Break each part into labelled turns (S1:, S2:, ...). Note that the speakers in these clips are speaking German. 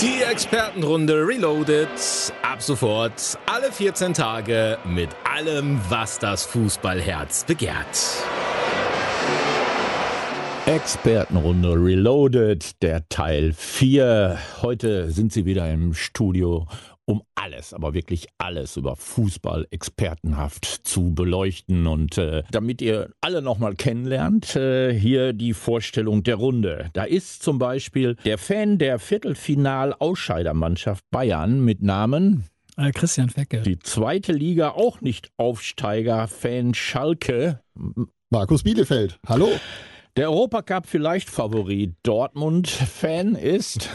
S1: Die Expertenrunde Reloaded. Ab sofort alle 14 Tage mit allem, was das Fußballherz begehrt.
S2: Expertenrunde Reloaded, der Teil 4. Heute sind sie wieder im Studio, um alles, aber wirklich alles über Fußball expertenhaft zu beleuchten. Und äh, damit ihr alle nochmal kennenlernt, äh, hier die Vorstellung der Runde. Da ist zum Beispiel der Fan der Viertelfinal-Ausscheidermannschaft Bayern mit Namen
S3: Äh, Christian Fecke.
S2: die zweite Liga auch nicht Aufsteiger-Fan Schalke
S4: Markus Bielefeld, hallo.
S2: Der Europacup vielleicht Favorit Dortmund-Fan ist.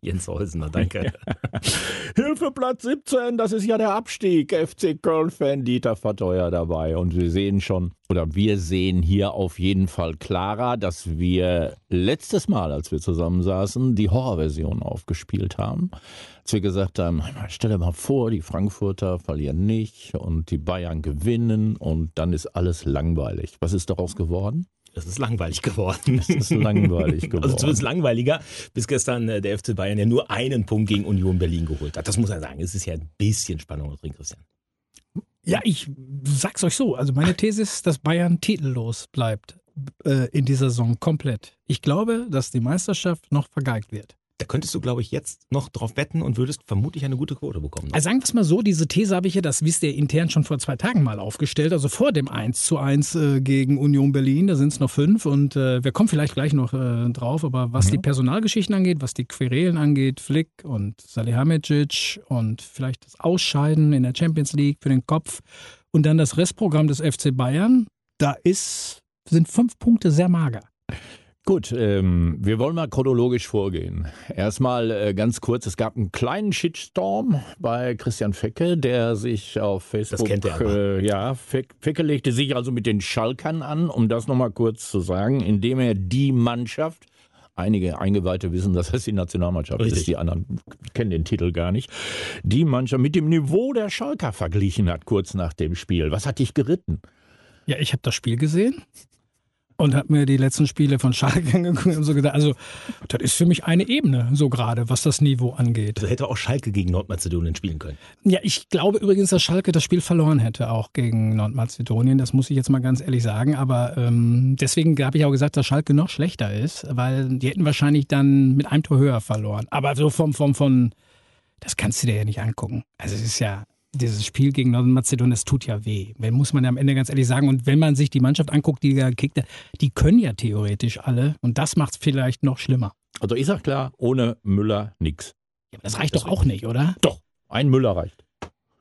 S1: Jens Holsener, danke.
S2: Hilfe Platz 17, das ist ja der Abstieg. FC Köln-Fan Dieter Verteuer dabei. Und wir sehen schon, oder wir sehen hier auf jeden Fall klarer, dass wir letztes Mal, als wir zusammensaßen, die Horrorversion aufgespielt haben. Als wir gesagt haben, stell dir mal vor, die Frankfurter verlieren nicht und die Bayern gewinnen und dann ist alles langweilig. Was ist daraus geworden?
S1: Es ist langweilig geworden.
S2: Es ist langweilig geworden.
S1: Also zumindest langweiliger, bis gestern äh, der FC Bayern ja nur einen Punkt gegen Union Berlin geholt hat. Das muss man sagen. Es ist ja ein bisschen Spannung drin, Christian.
S3: Ja, ich sag's euch so. Also meine These ist, dass Bayern titellos bleibt äh, in dieser Saison komplett. Ich glaube, dass die Meisterschaft noch vergeigt wird.
S1: Da könntest du, glaube ich, jetzt noch drauf wetten und würdest vermutlich eine gute Quote bekommen.
S3: Also sagen wir's mal so, diese These habe ich ja, das wisst ihr intern schon vor zwei Tagen mal aufgestellt, also vor dem 1 zu 1 äh, gegen Union Berlin, da sind es noch fünf und äh, wir kommen vielleicht gleich noch äh, drauf, aber was die Personalgeschichten angeht, was die Querelen angeht, Flick und Salihamidzic und vielleicht das Ausscheiden in der Champions League für den Kopf und dann das Restprogramm des FC Bayern, da ist, sind fünf Punkte sehr mager.
S2: Gut, ähm, wir wollen mal chronologisch vorgehen. Erstmal äh, ganz kurz, es gab einen kleinen Shitstorm bei Christian Fecke, der sich auf Facebook,
S1: kennt er
S3: ne?
S1: aber.
S2: äh, ja, Fe- Fecke legte sich also mit den Schalkern an, um das nochmal kurz zu sagen, indem er die Mannschaft, einige Eingeweihte wissen, dass das die Nationalmannschaft
S1: Richtig.
S2: ist, die anderen kennen den Titel gar nicht, die Mannschaft mit dem Niveau der Schalker verglichen hat, kurz nach dem Spiel. Was hat dich geritten?
S3: Ja, ich habe das Spiel gesehen und habe mir die letzten Spiele von Schalke angeguckt und so gedacht, also das ist für mich eine Ebene so gerade, was das Niveau angeht.
S1: Also hätte auch Schalke gegen Nordmazedonien spielen können.
S3: Ja, ich glaube übrigens, dass Schalke das Spiel verloren hätte, auch gegen Nordmazedonien. Das muss ich jetzt mal ganz ehrlich sagen. Aber ähm, deswegen habe ich auch gesagt, dass Schalke noch schlechter ist, weil die hätten wahrscheinlich dann mit einem Tor höher verloren. Aber so vom, vom, von, das kannst du dir ja nicht angucken. Also es ist ja, dieses Spiel gegen Nordmazedonien, das tut ja weh. Wenn muss man ja am Ende ganz ehrlich sagen. Und wenn man sich die Mannschaft anguckt, die da gekickt hat, die können ja theoretisch alle. Und das macht es vielleicht noch schlimmer.
S2: Also ich sag klar, ohne Müller nix.
S3: Ja, aber das reicht doch auch nicht, oder?
S2: Doch, ein Müller reicht.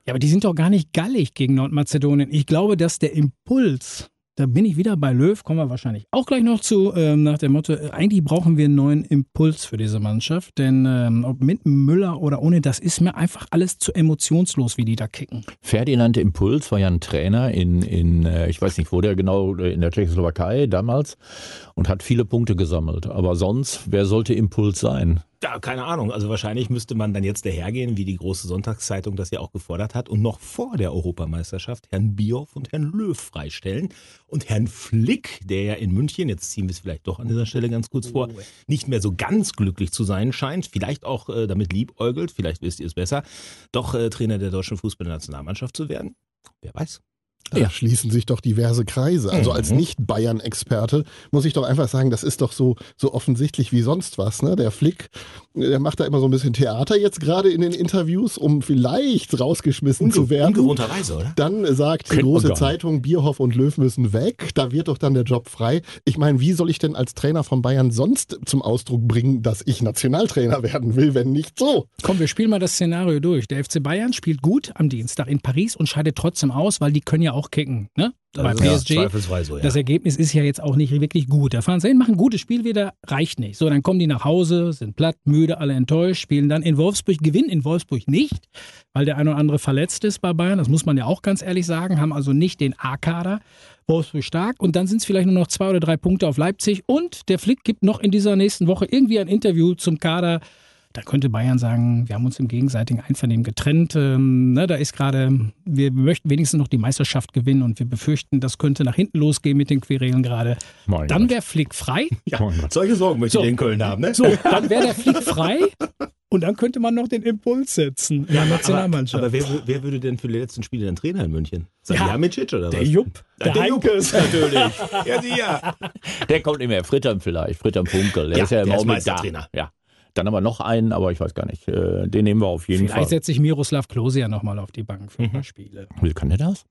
S3: Ja, aber die sind doch gar nicht gallig gegen Nordmazedonien. Ich glaube, dass der Impuls, da bin ich wieder bei Löw, kommen wir wahrscheinlich auch gleich noch zu, ähm, nach dem Motto, äh, eigentlich brauchen wir einen neuen Impuls für diese Mannschaft. Denn ähm, ob mit Müller oder ohne, das ist mir einfach alles zu emotionslos, wie die da kicken.
S2: Ferdinand Impuls war ja ein Trainer in, in äh, ich weiß nicht, wo der genau, in der Tschechoslowakei damals und hat viele Punkte gesammelt. Aber sonst, wer sollte Impuls sein?
S1: Ja, keine Ahnung. Also wahrscheinlich müsste man dann jetzt dahergehen, wie die große Sonntagszeitung das ja auch gefordert hat, und noch vor der Europameisterschaft Herrn Bioff und Herrn Löw freistellen und Herrn Flick, der ja in München, jetzt ziehen wir es vielleicht doch an dieser Stelle ganz kurz vor,
S3: Oh.
S1: nicht mehr so ganz glücklich zu sein scheint, vielleicht auch äh, damit liebäugelt, vielleicht wisst ihr es besser, doch äh, Trainer der deutschen Fußballnationalmannschaft zu werden. Wer weiß.
S4: Da
S2: Ja. Mhm.
S4: schließen sich doch diverse Kreise. Also als Nicht-Bayern-Experte muss ich doch einfach sagen, das ist doch so, so offensichtlich wie sonst was. Ne? Der Flick, der macht da immer so ein bisschen Theater jetzt gerade in den Interviews, um vielleicht
S2: Um
S4: rausgeschmissen zu werden.
S1: Ungewohnterweise, oder?
S4: Dann sagt die
S2: Kennt man
S4: große
S2: gar nicht.
S4: Zeitung, Bierhoff und Löw müssen weg. Da wird doch dann der Job frei. Ich meine, wie soll ich denn als Trainer von Bayern sonst zum Ausdruck bringen, dass ich Nationaltrainer werden will, wenn nicht so?
S3: Komm, wir spielen mal das Szenario durch. Der FC Bayern spielt gut am Dienstag in Paris und scheidet trotzdem aus, weil die können ja auch kicken. Ne? Bei
S1: Also, ja,
S3: PSG.
S1: Zweifelsfrei so, ja.
S3: Das Ergebnis ist ja jetzt auch nicht wirklich gut. Da fahren sie hin, machen ein gutes Spiel wieder, reicht nicht. So, dann kommen die nach Hause, sind platt, müde, alle enttäuscht, spielen dann in Wolfsburg, gewinnen in Wolfsburg nicht, weil der eine oder andere verletzt ist bei Bayern. Das muss man ja auch ganz ehrlich sagen, haben also nicht den A-Kader. Wolfsburg stark und dann sind es vielleicht nur noch zwei oder drei Punkte auf Leipzig und der Flick gibt noch in dieser nächsten Woche irgendwie ein Interview zum Kader. Da könnte Bayern sagen, wir haben uns im gegenseitigen Einvernehmen getrennt. Ähm, ne, da ist gerade, wir möchten wenigstens noch die Meisterschaft gewinnen und wir befürchten, das könnte nach hinten losgehen mit den Querelen gerade.
S2: Mein
S3: Dann
S2: Gott.
S3: wäre Flick frei.
S1: Ja, solche Sorgen möchte
S3: So.
S1: ich in Köln haben, ne?
S3: So, dann wäre der Flick frei Und dann könnte man noch den Impuls setzen in der Nationalmannschaft.
S1: Aber wer, wür- wer würde denn für die letzten Spiele dann Trainer in München? Salihamidzic oder was?
S3: der Jupp,
S1: Ja,
S3: der,
S1: der
S3: Heimke
S1: Jupp.
S3: ist natürlich.
S1: Ja, die, ja.
S2: Der kommt nicht mehr. Frittern vielleicht. Frittern Funkel. Der
S1: Ja,
S2: ist ja im
S1: der ist
S2: Augenblick da.
S1: Meistertrainer.
S2: Ja. Dann haben wir noch einen, aber ich weiß gar nicht. Äh, Den nehmen wir auf jeden
S3: Vielleicht
S2: Fall.
S3: setze ich Miroslav Klose ja nochmal auf die Bank für ein
S2: Mhm.
S3: paar Spiele.
S2: Wie kann der das?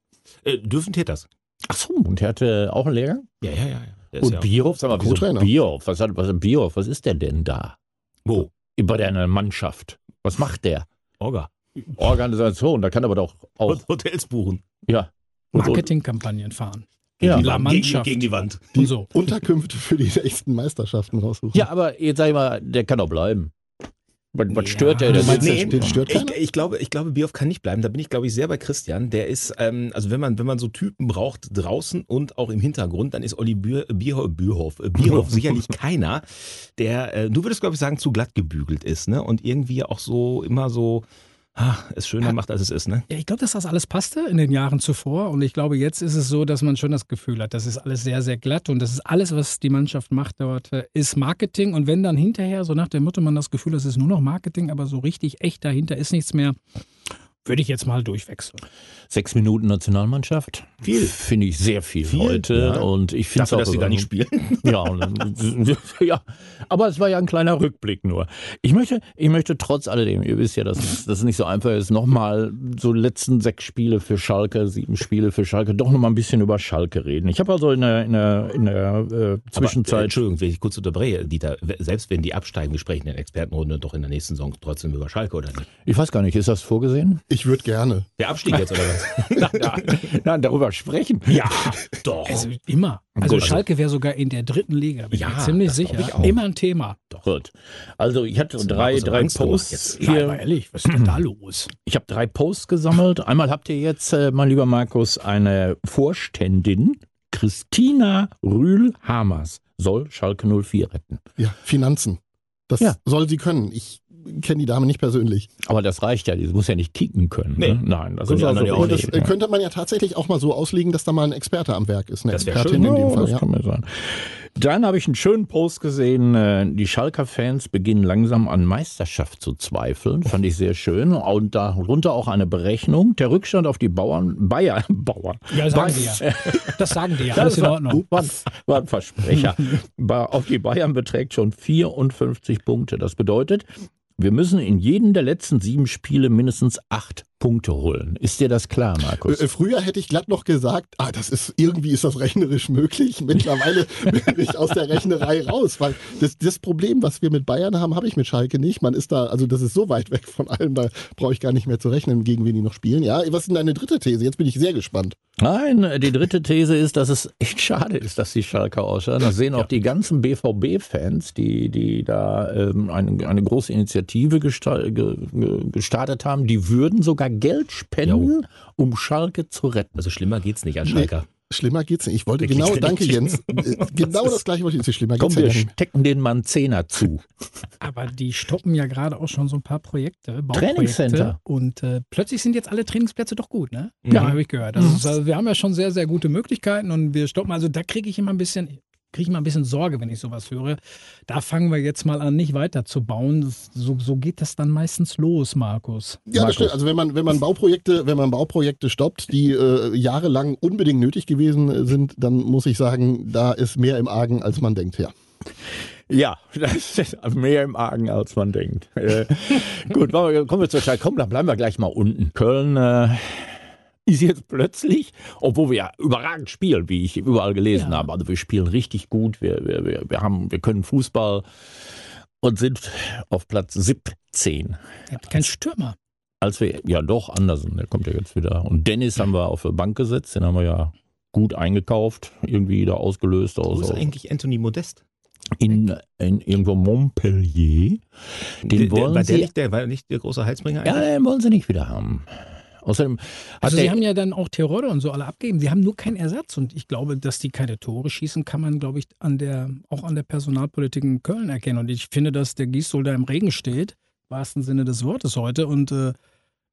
S1: Äh, dürfen Täters.
S2: Ach so, und der hatte auch einen Lehrgang?
S1: Ja, ja, ja. ja. Der ist
S2: Und
S1: ja
S2: Bierhoff, sag mal, wieso
S4: Co-Trainer.
S2: Bierhoff? Was, hat, was, Bierhoff, was ist der denn da?
S1: Wo?
S2: Bei deiner Mannschaft. Was macht der?
S1: Orga.
S2: Organisation, da kann aber doch auch.
S1: Und Hotels buchen.
S2: Ja. Und- und-
S3: Marketingkampagnen fahren.
S2: Ja.
S3: Die La
S1: Gegen,
S3: Mannschaft.
S1: gegen die Wand.
S3: und so.
S4: Unterkünfte für die nächsten Meisterschaften raussuchen.
S2: ja, aber jetzt sag ich mal, der kann doch bleiben. Was, was
S3: Ja.
S2: stört der
S3: Du
S2: denn?
S4: meinst,
S1: Nee.
S4: den stört
S1: Ich,
S4: keiner?
S1: ich glaube, ich glaube, Bioff kann nicht bleiben. Da bin ich, glaube ich, sehr bei Christian. Der ist, ähm, also wenn man, wenn man so Typen braucht draußen und auch im Hintergrund, dann ist Olli Bier, Bier, Bierhoff, äh, Bierhoff sicherlich keiner, der, äh, du würdest, glaube ich, sagen, zu glatt gebügelt ist, ne? Und irgendwie auch so immer so, ah, es schöner macht, als es ist, ne?
S3: Ja, ich glaube, dass das alles passte in den Jahren zuvor. Und ich glaube, jetzt ist es so, dass man schon das Gefühl hat, das ist alles sehr, sehr glatt. Und das ist alles, was die Mannschaft macht dort, äh, ist Marketing. Und wenn dann hinterher, so nach dem Motto, man das Gefühl, das ist nur noch Marketing, aber so richtig echt dahinter ist nichts mehr, würde ich jetzt mal durchwechseln.
S2: Sechs Minuten Nationalmannschaft.
S1: Viel.
S2: Finde ich sehr viel,
S1: Viel,
S2: heute.
S1: ja.
S2: Und ich finde
S1: Dafür, dass sie gar nicht spielen.
S2: Ja, und- ja, aber es war ja ein kleiner Rückblick nur. Ich möchte, ich möchte trotz alledem, ihr wisst ja, dass das nicht so einfach ist, nochmal so letzten sechs Spiele für Schalke, sieben Spiele für Schalke, doch nochmal ein bisschen über Schalke reden. Ich habe also in der, in der, in der äh,
S1: Aber, äh,
S2: Zwischenzeit.
S1: Entschuldigung, wenn ich kurz unterbreche, Dieter, we- selbst wenn die absteigen, wir sprechen in der Expertenrunde doch in der nächsten Saison trotzdem über Schalke, oder nicht?
S2: ich weiß gar nicht, ist das vorgesehen?
S4: Ich würde gerne.
S1: Der Abstieg jetzt, oder was?
S2: Nein, nein, darüber sprechen. Ja.
S1: doch.
S3: Also immer. Also
S2: Gut.
S3: Schalke wäre sogar in der dritten Liga, bin
S1: Ja,
S3: ich mir ziemlich
S1: das glaub
S3: sicher.
S1: ich auch.
S3: Immer ein Thema.
S2: Gut. Also ich hatte
S1: Jetzt
S2: drei,
S1: Markus aber
S2: drei
S1: Angst gemacht
S2: Posts
S1: jetzt.
S3: Nein, mal
S2: hier.
S3: ehrlich, was ist denn da los?
S2: Ich habe drei Posts gesammelt. Einmal habt ihr jetzt, äh, mein lieber Markus, eine Vorständin, Christina Rühl-Hamers, soll Schalke 04 retten.
S4: Ja, Finanzen. Das
S2: Ja.
S4: soll sie können. Ich kenne die Dame nicht persönlich.
S2: Aber das reicht ja, die muss ja nicht kicken können.
S1: Nee.
S2: Ne? Nein, das
S1: Können
S2: ist
S1: die
S2: also
S1: anderen ja auch
S4: Und das
S1: nicht.
S4: äh, könnte man ja tatsächlich auch mal so auslegen, dass da mal ein Experte am Werk ist. Eine
S1: Das wär
S4: Expertin
S1: schön.
S4: in dem Fall.
S2: das
S4: Ja.
S2: kann mir sein. Dann habe ich einen schönen Post gesehen. äh, Die Schalker-Fans beginnen langsam an Meisterschaft zu zweifeln. Fand ich sehr schön. Und darunter auch eine Berechnung. Der Rückstand auf die Bauern, Bayern, Bauern.
S3: Ja, sagen die
S2: Bayern-
S3: ja. Das sagen die ja. Alles in
S2: war-
S3: Ordnung.
S2: War, war ein Versprecher. Ba- Auf die Bayern beträgt schon 54 Punkte. Das bedeutet, wir müssen in jedem der letzten sieben Spiele mindestens acht Punkte holen. Ist dir das klar, Markus?
S4: Äh, Früher hätte ich glatt noch gesagt, ah, das ist irgendwie ist das rechnerisch möglich. Mittlerweile bin ich aus der Rechnerei raus, weil das, das Problem, was wir mit Bayern haben, habe ich mit Schalke nicht. Man ist da, also das ist so weit weg von allem, da brauche ich gar nicht mehr zu rechnen, gegen wen die noch spielen. Ja, was ist denn deine dritte These? Jetzt bin ich sehr gespannt.
S2: Nein, die dritte These ist, dass es echt schade ist, dass die Schalker ausscheiden. Das sehen auch die ganzen BVB-Fans, die, die da ähm, eine, eine große Initiative gesta- ge ge gestartet haben. Die würden sogar Geld spenden, um Schalke zu retten.
S1: Also schlimmer geht's nicht an Schalker.
S4: Schlimmer geht's nicht. Ich wollte
S1: Wirklich
S4: genau,
S1: nicht.
S4: danke Jens, Äh, genau
S1: ist-
S4: das gleiche wollte ich jetzt schlimmer
S2: Komm,
S4: geht's ja
S2: wir
S4: gar nicht.
S2: Also stecken den Mann Zehner zu.
S3: Aber die stoppen ja gerade auch schon so ein paar Projekte, Bauprojekte.
S2: Trainingscenter.
S3: Und äh, plötzlich sind jetzt alle Trainingsplätze doch gut, ne?
S1: Ja.
S3: habe ich gehört. Das ist, also, wir haben ja schon sehr, sehr gute Möglichkeiten und wir stoppen. Also da kriege ich immer ein bisschen, kriege ich immer ein bisschen Sorge, wenn ich sowas höre. Da fangen wir jetzt mal an, nicht weiter zu bauen. Das- So, so geht das dann meistens los, Markus.
S4: Ja,
S2: Markus.
S4: das stimmt. Also wenn man, wenn man Bauprojekte, wenn man Bauprojekte stoppt, die äh, jahrelang unbedingt nötig gewesen äh, sind, dann muss ich sagen, da ist mehr im Argen, als man denkt, ja.
S2: Ja, das ist mehr im Argen, als man denkt. Äh, gut, wollen wir- kommen wir zur Schalke. Komm, dann bleiben wir gleich mal unten. Köln äh, ist jetzt plötzlich, obwohl wir ja überragend spielen, wie ich überall gelesen
S3: Ja.
S2: habe. Also wir spielen richtig gut, wir, wir, wir, wir, haben, wir können Fußball und sind auf Platz 17.
S3: Ihr habt keinen Stürmer.
S2: Als wir, ja doch, Andersen, der kommt ja jetzt wieder. Und Dennis haben wir auf die Bank gesetzt, den haben wir ja gut eingekauft, irgendwie da ausgelöst.
S1: Wo
S2: aus,
S1: ist eigentlich Anthony Modest?
S2: in, in irgendwo Montpellier. Den
S1: Der- der-
S2: wollen
S1: war der
S2: sie-
S1: nicht der, war nicht der große Halsbringer?
S2: Ja,
S1: eigentlich?
S2: den wollen sie nicht wieder haben. Außerdem hat
S3: Also
S2: der,
S3: sie haben ja dann auch Terodde und so alle abgegeben. Sie haben nur keinen Ersatz und ich glaube, dass die keine Tore schießen, kann man, glaube ich, an der, auch an der Personalpolitik in Köln erkennen. Und ich finde, dass der Gießol da im Regen steht, im wahrsten Sinne des Wortes heute. Und äh,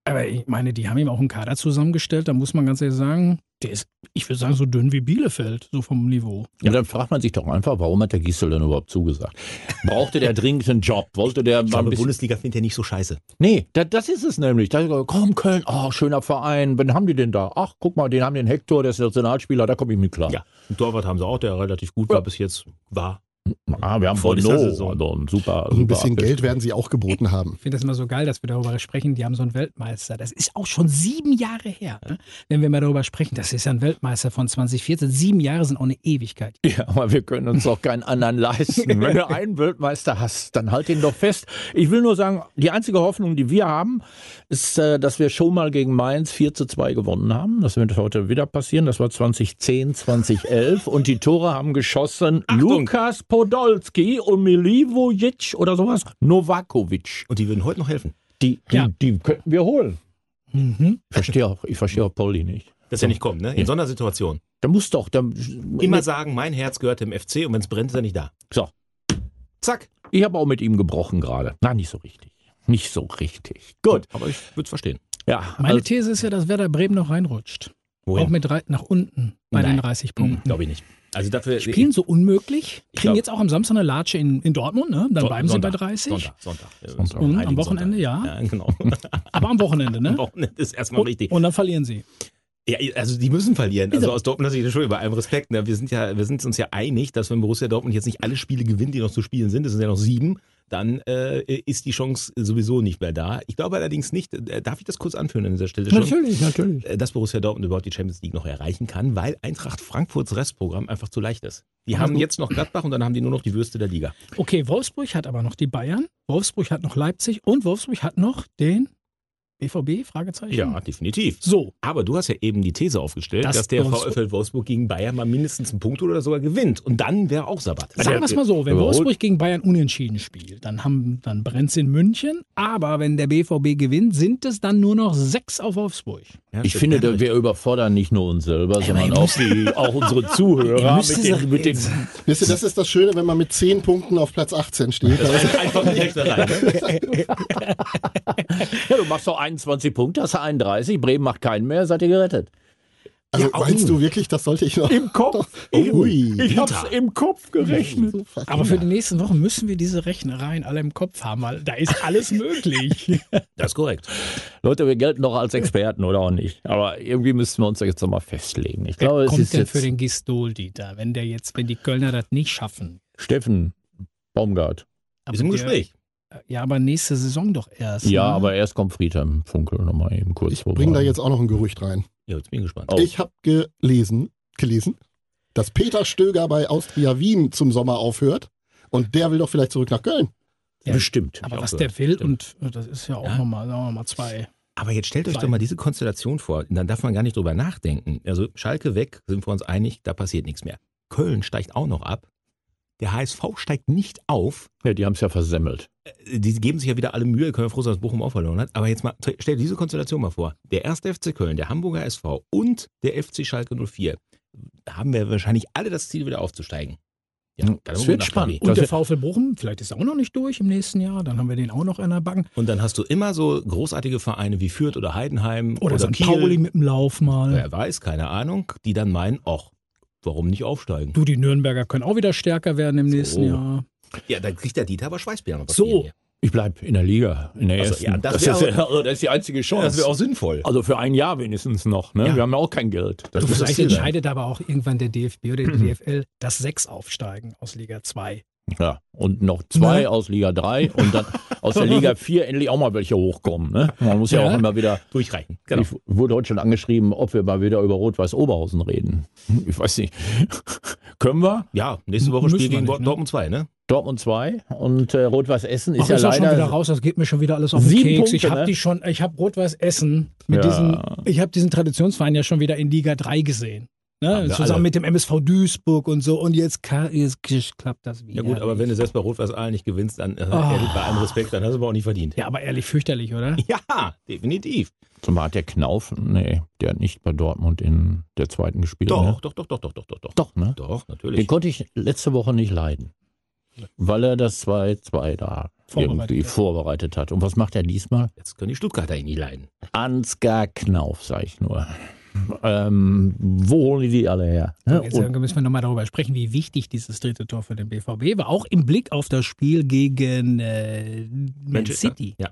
S3: Aber ich meine, die haben ihm auch einen Kader zusammengestellt, da muss man ganz ehrlich sagen, der ist, ich würde sagen, so dünn wie Bielefeld, so vom Niveau.
S2: Ja, dann fragt man sich doch einfach, warum hat der Gistel denn überhaupt zugesagt? Brauchte der dringend einen Job? Wollte der
S1: Ich
S2: mal ein
S1: glaube,
S2: bisschen.
S1: Bundesliga findet er nicht so scheiße.
S2: Nee, da, das ist es nämlich. Da, komm, Köln, oh, schöner Verein. Wen haben die denn da? Ach, guck mal, den haben den Hector, der ist Nationalspieler, da komme ich mit klar.
S1: Ja. Einen Torwart haben sie auch, der relativ gut war bis jetzt. War.
S2: Ah, wir haben
S1: Vor dieser
S2: Bono,
S1: Saison.
S2: also ein super. super
S4: Und ein bisschen
S2: Abwehr.
S4: Geld werden sie auch geboten haben.
S3: Ich finde das immer so geil, dass wir darüber sprechen, die haben so einen Weltmeister. Das ist auch schon sieben Jahre her, ne? wenn wir mal darüber sprechen. Das ist ja ein Weltmeister von 2014. Sieben Jahre sind auch eine Ewigkeit.
S2: Ja, aber wir können uns doch keinen anderen leisten. Wenn du einen Weltmeister hast, dann halt ihn doch fest. Ich will nur sagen, die einzige Hoffnung, die wir haben, ist, äh, dass wir schon mal gegen Mainz 4 zu 2 gewonnen haben. Das wird heute wieder passieren. Das war 2010, 2011. Und die Tore haben geschossen Lukas Podolski und Milivojevic oder sowas. Novakovic.
S1: Und die würden heute noch helfen.
S2: Die, die,
S3: Ja.
S2: die könnten wir holen.
S3: Mhm.
S2: Ich verstehe auch, ich verstehe auch Pauli nicht.
S1: Dass er nicht kommt, ne? In so einer Situation.
S2: Da muss doch, da,
S1: Immer sagen, mein Herz gehört dem FC und wenn es brennt, ist er nicht da.
S2: so.
S1: Zack.
S2: Ich habe auch mit ihm gebrochen gerade. Nein, nicht so richtig. Nicht so richtig. Gut.
S1: Aber ich würde es verstehen.
S2: Ja,
S3: Meine
S2: also,
S3: These ist ja, dass Werder Bremen noch reinrutscht.
S1: Wohin?
S3: Auch mit drei, nach unten bei
S2: Nein.
S3: den 30 Punkten.
S1: Glaube ich nicht. Also dafür.
S3: Spielen so unmöglich,
S1: Ich
S3: kriegen
S1: glaub-
S3: jetzt auch am Samstag eine Latsche in, in Dortmund, ne? dann
S1: Son-
S3: bleiben
S1: Sonntag.
S3: sie bei 30.
S1: Sonntag, Sonntag. Äh,
S2: Sonntag.
S1: so
S3: Und am
S1: Heiligen
S3: Wochenende,
S1: Sonntag.
S3: ja.
S1: Ja, genau.
S3: Aber am Wochenende, ne?
S1: Am Wochenende ist erstmal
S3: Und,
S1: richtig.
S3: und dann verlieren sie.
S1: Ja, also die müssen verlieren.
S3: Ist
S1: Also
S3: aber-
S1: aus Dortmund natürlich schon bei allem Respekt. Ne? Wir sind ja, wir sind uns ja einig, dass wenn Borussia Dortmund jetzt nicht alle Spiele gewinnt, die noch zu spielen sind, das sind ja noch sieben, dann äh, ist die Chance sowieso nicht mehr da. Ich glaube allerdings nicht, äh, darf ich das kurz anführen an dieser Stelle schon?
S2: natürlich.
S1: äh, dass Borussia Dortmund überhaupt die Champions League noch erreichen kann, weil Eintracht Frankfurts Restprogramm einfach zu leicht ist. Die haben jetzt noch Gladbach und dann haben die nur noch die Würste der Liga.
S3: Okay, Wolfsburg hat aber noch die Bayern, Wolfsburg hat noch Leipzig und Wolfsburg hat noch den BVB? Fragezeichen.
S1: Ja, definitiv.
S3: So,
S1: Aber du hast ja eben die These aufgestellt,
S3: Das
S1: dass der
S3: Wolfsburg-
S1: VfL Wolfsburg gegen Bayern mal mindestens einen Punkt oder sogar gewinnt. Und dann wäre auch Sabbat.
S3: sagen wir es mal so, wenn
S2: Also, überholt-
S3: Wolfsburg gegen Bayern unentschieden spielt, dann, haben- dann brennt es in München, aber wenn der BVB gewinnt, sind es dann nur noch sechs auf Wolfsburg.
S1: Ja,
S2: Ich
S1: stimmt.
S2: finde, da- wir überfordern nicht nur uns selber, sondern
S3: ihr
S2: auch, die, auch unsere Zuhörer mit
S3: müsst es
S2: den,
S3: doch-
S2: mit den
S4: Wisst ihr, das ist das Schöne, wenn man mit 10 Punkten auf Platz 18 steht.
S1: Das ist einfach direkt da rein. ne?
S2: ja, Du machst doch 21 Punkte, hast du 31, Bremen macht keinen mehr, seid ihr gerettet.
S4: Also
S1: Ja,
S4: meinst
S1: oh.
S4: du wirklich, das sollte ich noch? Oh,
S2: Im Kopf.
S4: Ui.
S2: Ich hab's im Kopf gerechnet.
S3: Aber für die nächsten Wochen müssen wir diese Rechnereien alle im Kopf haben, weil da ist alles möglich.
S1: Das ist korrekt.
S2: Leute, wir gelten doch als Experten, oder auch nicht. Aber irgendwie müssen wir uns da jetzt nochmal festlegen. Ich glaube, es
S3: Kommt
S2: ist
S3: denn
S2: jetzt
S3: für den Gistol, Dieter, wenn der jetzt, wenn die Kölner das nicht schaffen?
S2: Steffen Baumgart.
S3: Aber
S1: Wir sind im
S3: der-
S1: Gespräch.
S3: Ja, aber nächste Saison doch erst.
S2: Ja,
S3: ne?
S2: aber erst kommt Friedhelm Funkel nochmal eben kurz.
S4: Ich
S2: vorbei.
S4: bringe da jetzt auch noch ein Gerücht rein.
S1: Ja, jetzt bin ich gespannt.
S2: Oh.
S4: Ich habe gelesen, gelesen, dass Peter Stöger bei Austria Wien zum Sommer aufhört. Und der will doch vielleicht zurück nach Köln.
S3: Ja.
S2: Bestimmt.
S3: Aber
S1: auch
S3: was
S1: gehört,
S3: der will, und äh, das ist ja auch
S1: Ja.
S3: nochmal, sagen wir mal, zwei.
S1: Aber jetzt stellt euch doch mal diese Konstellation vor. Dann darf man gar nicht drüber nachdenken. Also Schalke weg, sind wir uns einig, da passiert nichts mehr. Köln steigt auch noch ab. Der HSV steigt nicht auf.
S2: Ja, die haben es ja versemmelt.
S1: die geben sich ja wieder alle Mühe, können wir froh sein, dass Bochum auch verloren hat. Aber jetzt mal, stell dir diese Konstellation mal vor. Der erste FC Köln, der Hamburger SV und der FC Schalke 04 da haben wir wahrscheinlich alle das Ziel, wieder aufzusteigen. Ja,
S2: Hm,
S1: dann
S2: das
S1: haben wir
S2: wird
S1: nach
S2: spannend.
S1: Paris.
S3: Und
S2: Das
S3: der
S2: wär-
S3: VfL Bochum, vielleicht ist er auch noch nicht durch im nächsten Jahr, dann haben wir den auch noch in der Backen.
S1: Und dann hast du immer so großartige Vereine wie Fürth oder Heidenheim
S3: Oder,
S1: oder
S3: St.
S1: Kiel.
S3: Pauli mit dem Lauf mal.
S1: Wer weiß, keine Ahnung, die dann meinen, ach, warum nicht aufsteigen?
S3: Du, die Nürnberger können auch wieder stärker werden im nächsten Jahr.
S1: Ja, dann kriegt der Dieter aber Schweißbären. was
S3: So.
S1: wir hier.
S2: Ich bleib in der Liga, in der
S1: Also,
S2: ersten.
S1: ja, das wär
S2: ist
S1: aber-
S2: ja- also das ist die einzige Chance.
S1: Das wäre auch sinnvoll.
S2: also für ein Jahr wenigstens noch. Ne?
S1: Ja.
S2: Wir haben ja auch kein Geld. Das
S3: Du,
S2: ist
S3: vielleicht
S2: das Ziel. Mhm.
S3: entscheidet aber auch irgendwann der DFB oder die DFL, dass sechs aufsteigen aus Liga 2.
S2: Ja. Und noch zwei
S3: Ne?
S2: aus Liga 3 und dann aus der Liga 4 endlich auch mal welche hochkommen. Ne? Man muss ja,
S3: Ja. Genau.
S2: auch immer wieder.
S1: Durchreichen.
S2: Ich wurde heute schon angeschrieben, ob wir mal wieder über Rot-Weiß Oberhausen reden. Ich weiß nicht. Können wir?
S1: Ja, nächste Woche
S3: Müssen
S1: Spiel
S3: wir
S1: gegen
S3: nicht, ne?
S1: Dortmund 2, ne?
S2: Dortmund 2 und äh, Rot-Weiß Essen ist
S3: Ach,
S2: ja
S3: ist auch schon wieder
S2: leider.
S3: raus, das geht mir schon wieder alles auf den
S2: Sieben
S3: Keks.
S2: Punkte,
S3: ich habe
S2: ne?
S3: die schon, ich habe Rot-Weiß Essen mit
S2: Ja.
S3: diesen, ich habe diesen Traditionsverein ja schon wieder in Liga 3 gesehen.
S1: Haben
S3: Ne?
S1: wir
S3: Zusammen
S1: alle.
S3: mit dem MSV Duisburg und so. Und jetzt, ka- jetzt klappt das wieder.
S1: Ja gut, aber wenn du selbst bei Rot-Weiß Aalen nicht gewinnst, dann äh,
S3: Ah.
S1: ehrlich, bei allem Respekt, dann hast du aber auch nicht verdient.
S3: Ja, aber ehrlich, fürchterlich, oder?
S1: Ja, definitiv.
S2: Zumal hat der Knaufen, nee, der hat nicht bei Dortmund in der zweiten gespielt.
S1: Doch,
S2: Ne?
S1: doch, doch, doch, doch, doch, doch, doch.
S2: Doch, ne?
S1: Doch,
S2: Den
S1: natürlich.
S2: konnte ich letzte Woche nicht leiden. Weil er das 2-2 da
S3: Vorbereitet
S2: irgendwie
S3: hat.
S2: vorbereitet hat. Und was macht er diesmal?
S1: Jetzt können die Stuttgarter ihn nicht leiden.
S2: Ansgar Knauf, sag ich nur. Ähm, wo holen die die alle her? Ne?
S3: Jetzt
S2: Und
S3: müssen wir nochmal darüber sprechen, wie wichtig dieses dritte Tor für den BVB war. Auch im Blick auf das Spiel gegen äh, Man
S1: Manchester.
S3: City.
S1: Ja,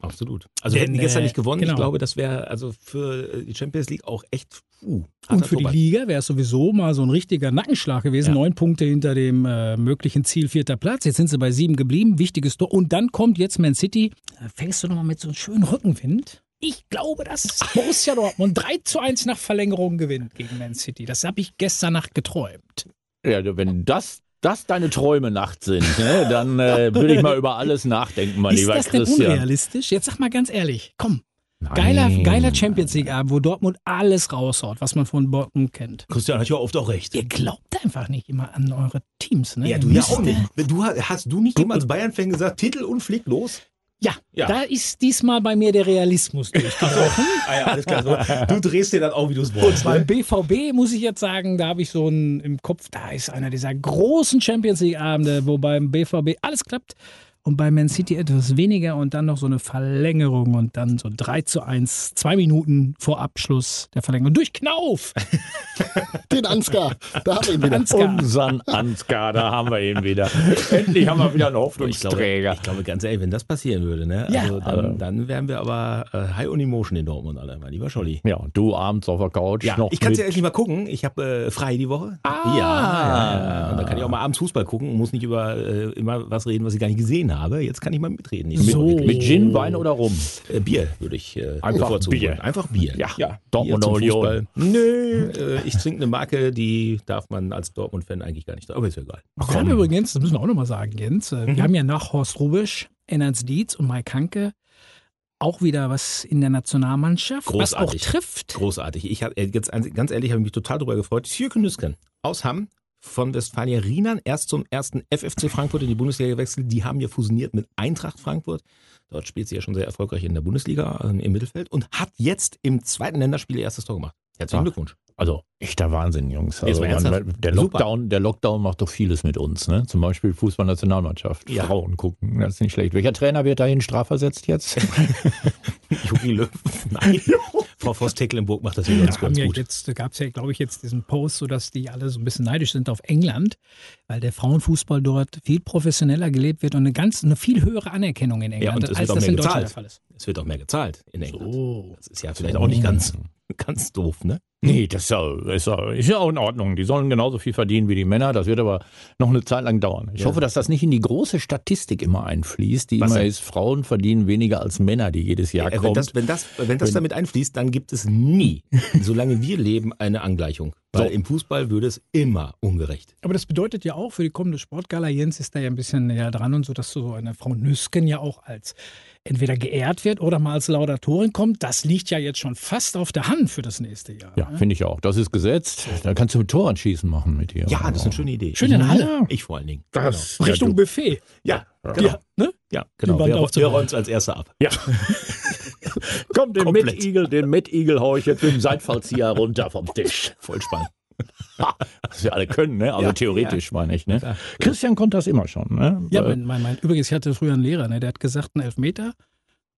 S1: absolut. Also
S3: Denn,
S1: hätten die gestern
S3: äh,
S1: nicht gewonnen,
S3: genau.
S1: ich glaube, das wäre also für äh, die Champions League auch echt puh,
S3: Und
S1: harter
S3: für die
S1: Tobak.
S3: Liga wäre es sowieso mal so ein richtiger Nackenschlag gewesen.
S1: Ja.
S3: Neun Punkte hinter dem äh, möglichen Ziel vierter Platz. Jetzt sind sie bei sieben geblieben. Wichtiges Tor. Und dann kommt jetzt Man City. Da fängst du nochmal mit so einem schönen Rückenwind. Ich glaube, dass Borussia Dortmund 3 zu 1 nach Verlängerung gewinnt gegen Man City. Das habe ich gestern Nacht geträumt.
S2: ja, wenn das, das deine Träume Nacht sind, ne, dann äh, würde ich mal über alles nachdenken, mein
S3: Ist
S2: lieber
S3: das denn
S2: Christian.
S3: unrealistisch? Jetzt sag mal ganz ehrlich. Komm,
S2: Nein.
S3: geiler, geiler Champions League-Abend, wo Dortmund alles raushaut, was man von Dortmund kennt.
S1: Christian hat ja oft auch recht.
S3: Ihr glaubt einfach nicht immer an eure Teams, ne?
S1: Ja,
S3: Ihr
S1: du ja
S3: müsst
S1: auch nicht. Du, hast hast du nicht jemals Bayern-Fan gesagt, Titel und Flick los?
S3: Ja,
S1: Ja.
S3: da ist diesmal bei mir der Realismus durchgebrochen.
S1: Ah ja, alles klar. So, Du drehst dir dann auch, wie du es brauchst.
S3: Beim BVB muss ich jetzt sagen, da habe ich so einen im Kopf, da ist einer dieser großen Champions League-Abende, wo beim BVB alles klappt und bei Man City etwas weniger und dann noch so eine Verlängerung und dann so 3 zu 1, zwei Minuten vor Abschluss der Verlängerung durch Knauf.
S4: Den Ansgar, da haben wir ihn wieder.
S3: Ansgar.
S2: Unseren Ansgar, da haben wir ihn wieder. Endlich haben wir wieder
S1: ich glaube,
S2: einen Hoffnungsträger.
S1: ich glaube, ganz ehrlich, wenn das passieren würde, ne?
S3: Ja.
S1: also dann, dann wären wir aber äh, high on emotion in Dortmund alle, mein lieber Scholli.
S2: Ja, und du abends auf der Couch
S1: Ja,
S2: noch
S1: ich kann es
S2: mit
S1: ja endlich mal gucken. Ich habe äh, frei die Woche. Ah. Ja, ja, ja. Und dann kann ich auch mal abends Fußball gucken und muss nicht über äh, immer was reden, was ich gar nicht gesehen habe. Jetzt kann ich mal mitreden. Ich
S3: So.
S2: Mit Gin, Wein oder Rum?
S1: Äh, Bier würde ich äh,
S2: Einfach
S1: bevorzugen.
S2: Bier.
S1: Einfach Bier.
S2: Ja.
S1: Dortmund
S2: Dortmunder
S1: Bier
S2: Union.
S1: zum Fußball. Nö, äh, ich trinke eine Marke, die darf man als Dortmund-Fan eigentlich gar nicht. Aber ist ja egal.
S3: Wir haben übrigens, das müssen wir auch nochmal sagen, Jens, äh,
S1: Mhm.
S3: wir haben ja nach Horst Rubisch, Ennard Dietz und Mike Hanke auch wieder was in der Nationalmannschaft, was auch
S1: Großartig.
S3: trifft.
S1: Großartig. Ich habe jetzt ein- ganz ehrlich, habe ich mich total darüber gefreut. Sjöke Nüsken aus Hamm von Westfalia Rienern erst zum ersten FFC Frankfurt in die Bundesliga gewechselt. Die haben ja fusioniert mit Eintracht Frankfurt. Dort spielt sie ja schon sehr erfolgreich in der Bundesliga ähm, im Mittelfeld und hat jetzt im zweiten Länderspiel ihr erstes Tor gemacht. Herzlichen
S2: Ah.
S1: Glückwunsch.
S2: Also echter Wahnsinn, Jungs.
S1: Jetzt
S2: Also,
S1: mal
S2: man,
S1: ernsthaft?
S2: der,
S1: Super.
S2: Lockdown, der Lockdown macht doch vieles mit uns. Ne? Zum Beispiel Fußballnationalmannschaft.
S1: Ja.
S2: Frauen gucken, das ist nicht schlecht. Welcher Trainer wird dahin strafversetzt jetzt?
S1: Jogi Löw. Nein. Frau Voss-Tecklenburg macht das hier ganz,
S3: Da haben
S1: ganz
S3: ja
S1: gut.
S3: jetzt, da gab es ja, glaube ich, jetzt diesen Post, sodass die alle so ein bisschen neidisch sind auf England, weil der Frauenfußball dort viel professioneller gelebt wird und eine ganz, eine viel höhere Anerkennung in
S1: Ja,
S3: England
S1: und es
S3: als
S1: wird auch
S3: das
S1: mehr
S3: in Deutschland der
S1: gezahlt.
S3: Fall ist.
S1: Es wird auch mehr gezahlt in England.
S3: So.
S1: Das ist ja vielleicht auch nicht ganz, ganz doof, ne?
S2: nee, das ist ja, ist, ja, ist ja auch in Ordnung. Die sollen genauso viel verdienen wie die Männer. Das wird aber noch eine Zeit lang dauern. Ich
S1: Ja.
S2: hoffe, dass das nicht in die große Statistik immer einfließt, die
S1: Was
S2: immer
S1: denn?
S2: ist, Frauen verdienen weniger als Männer, die jedes Jahr
S1: Äh, wenn,
S2: kommt.
S1: das, wenn, das, wenn das
S2: Wenn-
S1: damit einfließt, dann gibt es nie, solange wir leben, eine Angleichung. Weil
S2: So.
S1: im Fußball würde es immer ungerecht.
S3: Aber das bedeutet ja auch für die kommende Sportgala, Jens ist da ja ein bisschen näher dran und so, dass so eine Frau Nüsken ja auch als entweder geehrt wird oder mal als Laudatorin kommt. Das liegt ja jetzt schon fast auf der Hand für das nächste Jahr.
S2: ja, finde ich auch. Das ist gesetzt. Da kannst du Torwartschießen machen mit ihr.
S1: Ja, das ist eine schöne Idee.
S3: Schön in der Halle.
S1: Ich vor allen Dingen.
S2: Das,
S3: Richtung
S2: ja,
S3: Buffet.
S1: Ja,
S2: du-
S1: genau.
S3: Ja, ne?
S1: Ja, genau.
S3: Band
S1: Wer, wer
S3: aufzubauen.
S1: räumt es als Erster ab?
S2: Ja. Komm, den
S1: Komplett.
S2: Mettigel, den Mettigel hau ich jetzt mit dem Seitfallzieher runter vom Tisch.
S1: Voll spannend.
S2: Was wir alle können, ne? Also
S1: Ja.
S2: theoretisch meine ich, ne? Christian konnte das immer schon, ne?
S3: Ja,
S2: Äh,
S3: mein, mein, mein, übrigens, ich hatte früher einen Lehrer, ne, der hat gesagt, ein Elfmeter,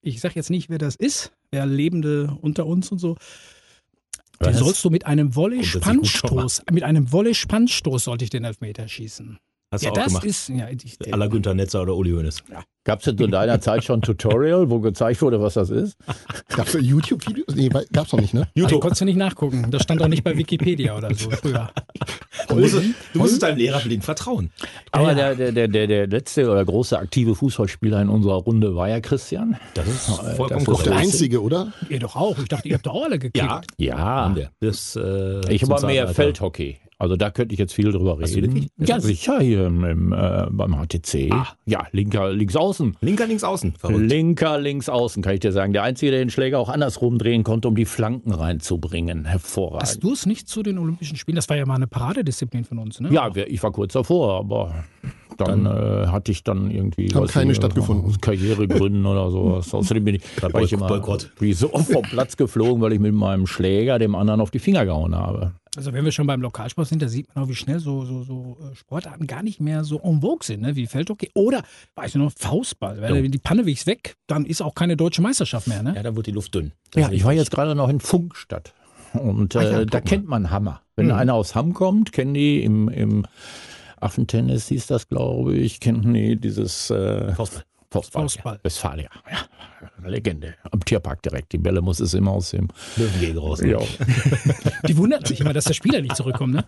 S3: ich sag jetzt nicht, wer das ist, wer Lebende unter uns und so, den
S2: was?
S3: sollst du mit einem
S1: Grundsätzlich gut
S3: Volley-Spannstoß, mit einem Volley-Spannstoß sollte ich den Elfmeter schießen.
S1: Hast
S3: ja,
S1: du auch
S3: das
S1: gemacht.
S3: ist, ja, ich,
S1: À la Günther Netzer oder Uli Hoeneß.
S2: Gab's denn zu deiner Zeit schon ein Tutorial, wo gezeigt wurde, was das ist?
S4: Gab's YouTube-Videos? Nee, wei- gab's noch nicht, ne?
S3: YouTube. konntest du nicht nachgucken. Das stand auch nicht bei Wikipedia oder so früher.
S1: Du musst, du musst deinem Lehrer blind vertrauen.
S2: Aber der, der, der, der, der letzte oder große aktive Fußballspieler in unserer Runde war ja Christian.
S1: Das ist vollkommen
S2: das ist
S1: korrekt.
S4: Der einzige, oder?
S3: Ihr doch auch. Ich dachte, ihr habt doch auch alle gekickt.
S1: Ja,
S2: Ja.
S1: haben wir. Das, äh,
S2: Ich
S1: zum
S2: habe aber mehr
S1: Zahnalter.
S2: Feldhockey. Also da könnte ich jetzt viel drüber
S1: Hast du
S2: reden.
S1: wirklich?
S2: Ja, sicher hier im, im, äh, beim HTC. Ja, linker, links außen.
S1: Linker, links, außen. Verrückt.
S2: Linker, links außen, kann ich dir sagen. Der Einzige, der den Schläger auch andersrum drehen konnte, um die Flanken reinzubringen. Hervorragend.
S3: Hast du es nicht zu den Olympischen Spielen? Das war ja mal eine Paradedisziplin von uns, ne?
S2: Ja, wir- ich war kurz davor, aber dann, äh, hatte ich dann irgendwie.
S4: Haben
S2: weiß
S4: keine
S2: nicht, äh,
S4: stattgefunden.
S2: Karrieregründen oder sowas. Außerdem bin ich, da war ich
S1: Boykott.
S2: immer wie so oft vom Platz geflogen, weil ich mit meinem Schläger dem anderen auf die Finger gehauen habe.
S3: Also wenn wir schon beim Lokalsport sind, da sieht man auch, wie schnell so, so, so äh, Sportarten gar nicht mehr so en vogue sind, ne? wie Feldhockey oder, weiß ich noch, Faustball. Wenn
S1: Jo.
S3: die Panne wegs weg, dann ist auch keine deutsche Meisterschaft mehr. Ne?
S1: Ja, dann wird die Luft dünn. Das
S2: Ja,
S1: ist
S2: ich war
S1: richtig.
S2: jetzt gerade noch in Funkstadt. Und
S1: Ach ja,
S2: äh,
S1: guck
S2: da
S1: mal.
S2: kennt man Hammer. Wenn
S1: Mhm.
S2: einer aus Hamm kommt, kennen die im, im Affentennis, hieß das, glaube ich, kennen die dieses äh,
S1: Faustball.
S2: Faustball.
S3: Faustball.
S2: Ja. Westfalia. Ja. Legende. Am Tierpark direkt. Die Bälle muss es immer aus dem.
S1: Löwen gehen raus.
S3: Die wundert sich immer, dass der Spieler nicht zurückkommt. Ne?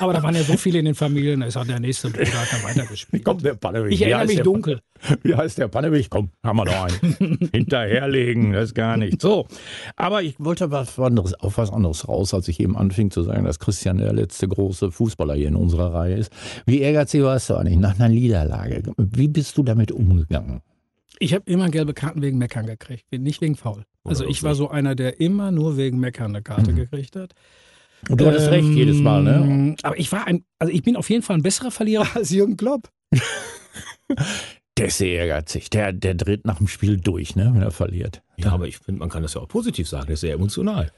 S3: Aber da waren ja so viele in den Familien, da ist auch der nächste Bruder hat dann weitergespielt.
S2: Kommt der Pannewig.
S3: Ich
S2: Wie
S3: erinnere
S2: heißt
S3: mich
S2: der
S3: dunkel.
S2: Wie heißt der Pannewig? Komm, haben wir noch einen. Hinterherlegen, das ist gar nicht so. Aber ich wollte was anderes, auf was anderes raus, als ich eben anfing zu sagen, dass Christian der letzte große Fußballer hier in unserer Reihe ist. Wie ehrgeizig warst du eigentlich nach einer Niederlage? Wie bist du damit umgegangen?
S3: Ich habe immer gelbe Karten wegen Meckern gekriegt, bin nicht wegen faul. Also
S1: Oder
S3: ich war so einer, der immer nur wegen Meckern eine Karte gekriegt hat.
S2: Und Mhm. du hattest recht jedes Mal, ne?
S3: Ähm, Aber ich war ein, also ich bin auf jeden Fall ein besserer Verlierer als Jürgen Klopp.
S2: Der ist sehr ehrgeizig. Der, der dreht nach dem Spiel durch, ne, wenn er verliert.
S1: Ja, aber ich finde, man kann das ja auch positiv sagen. Das ist sehr emotional.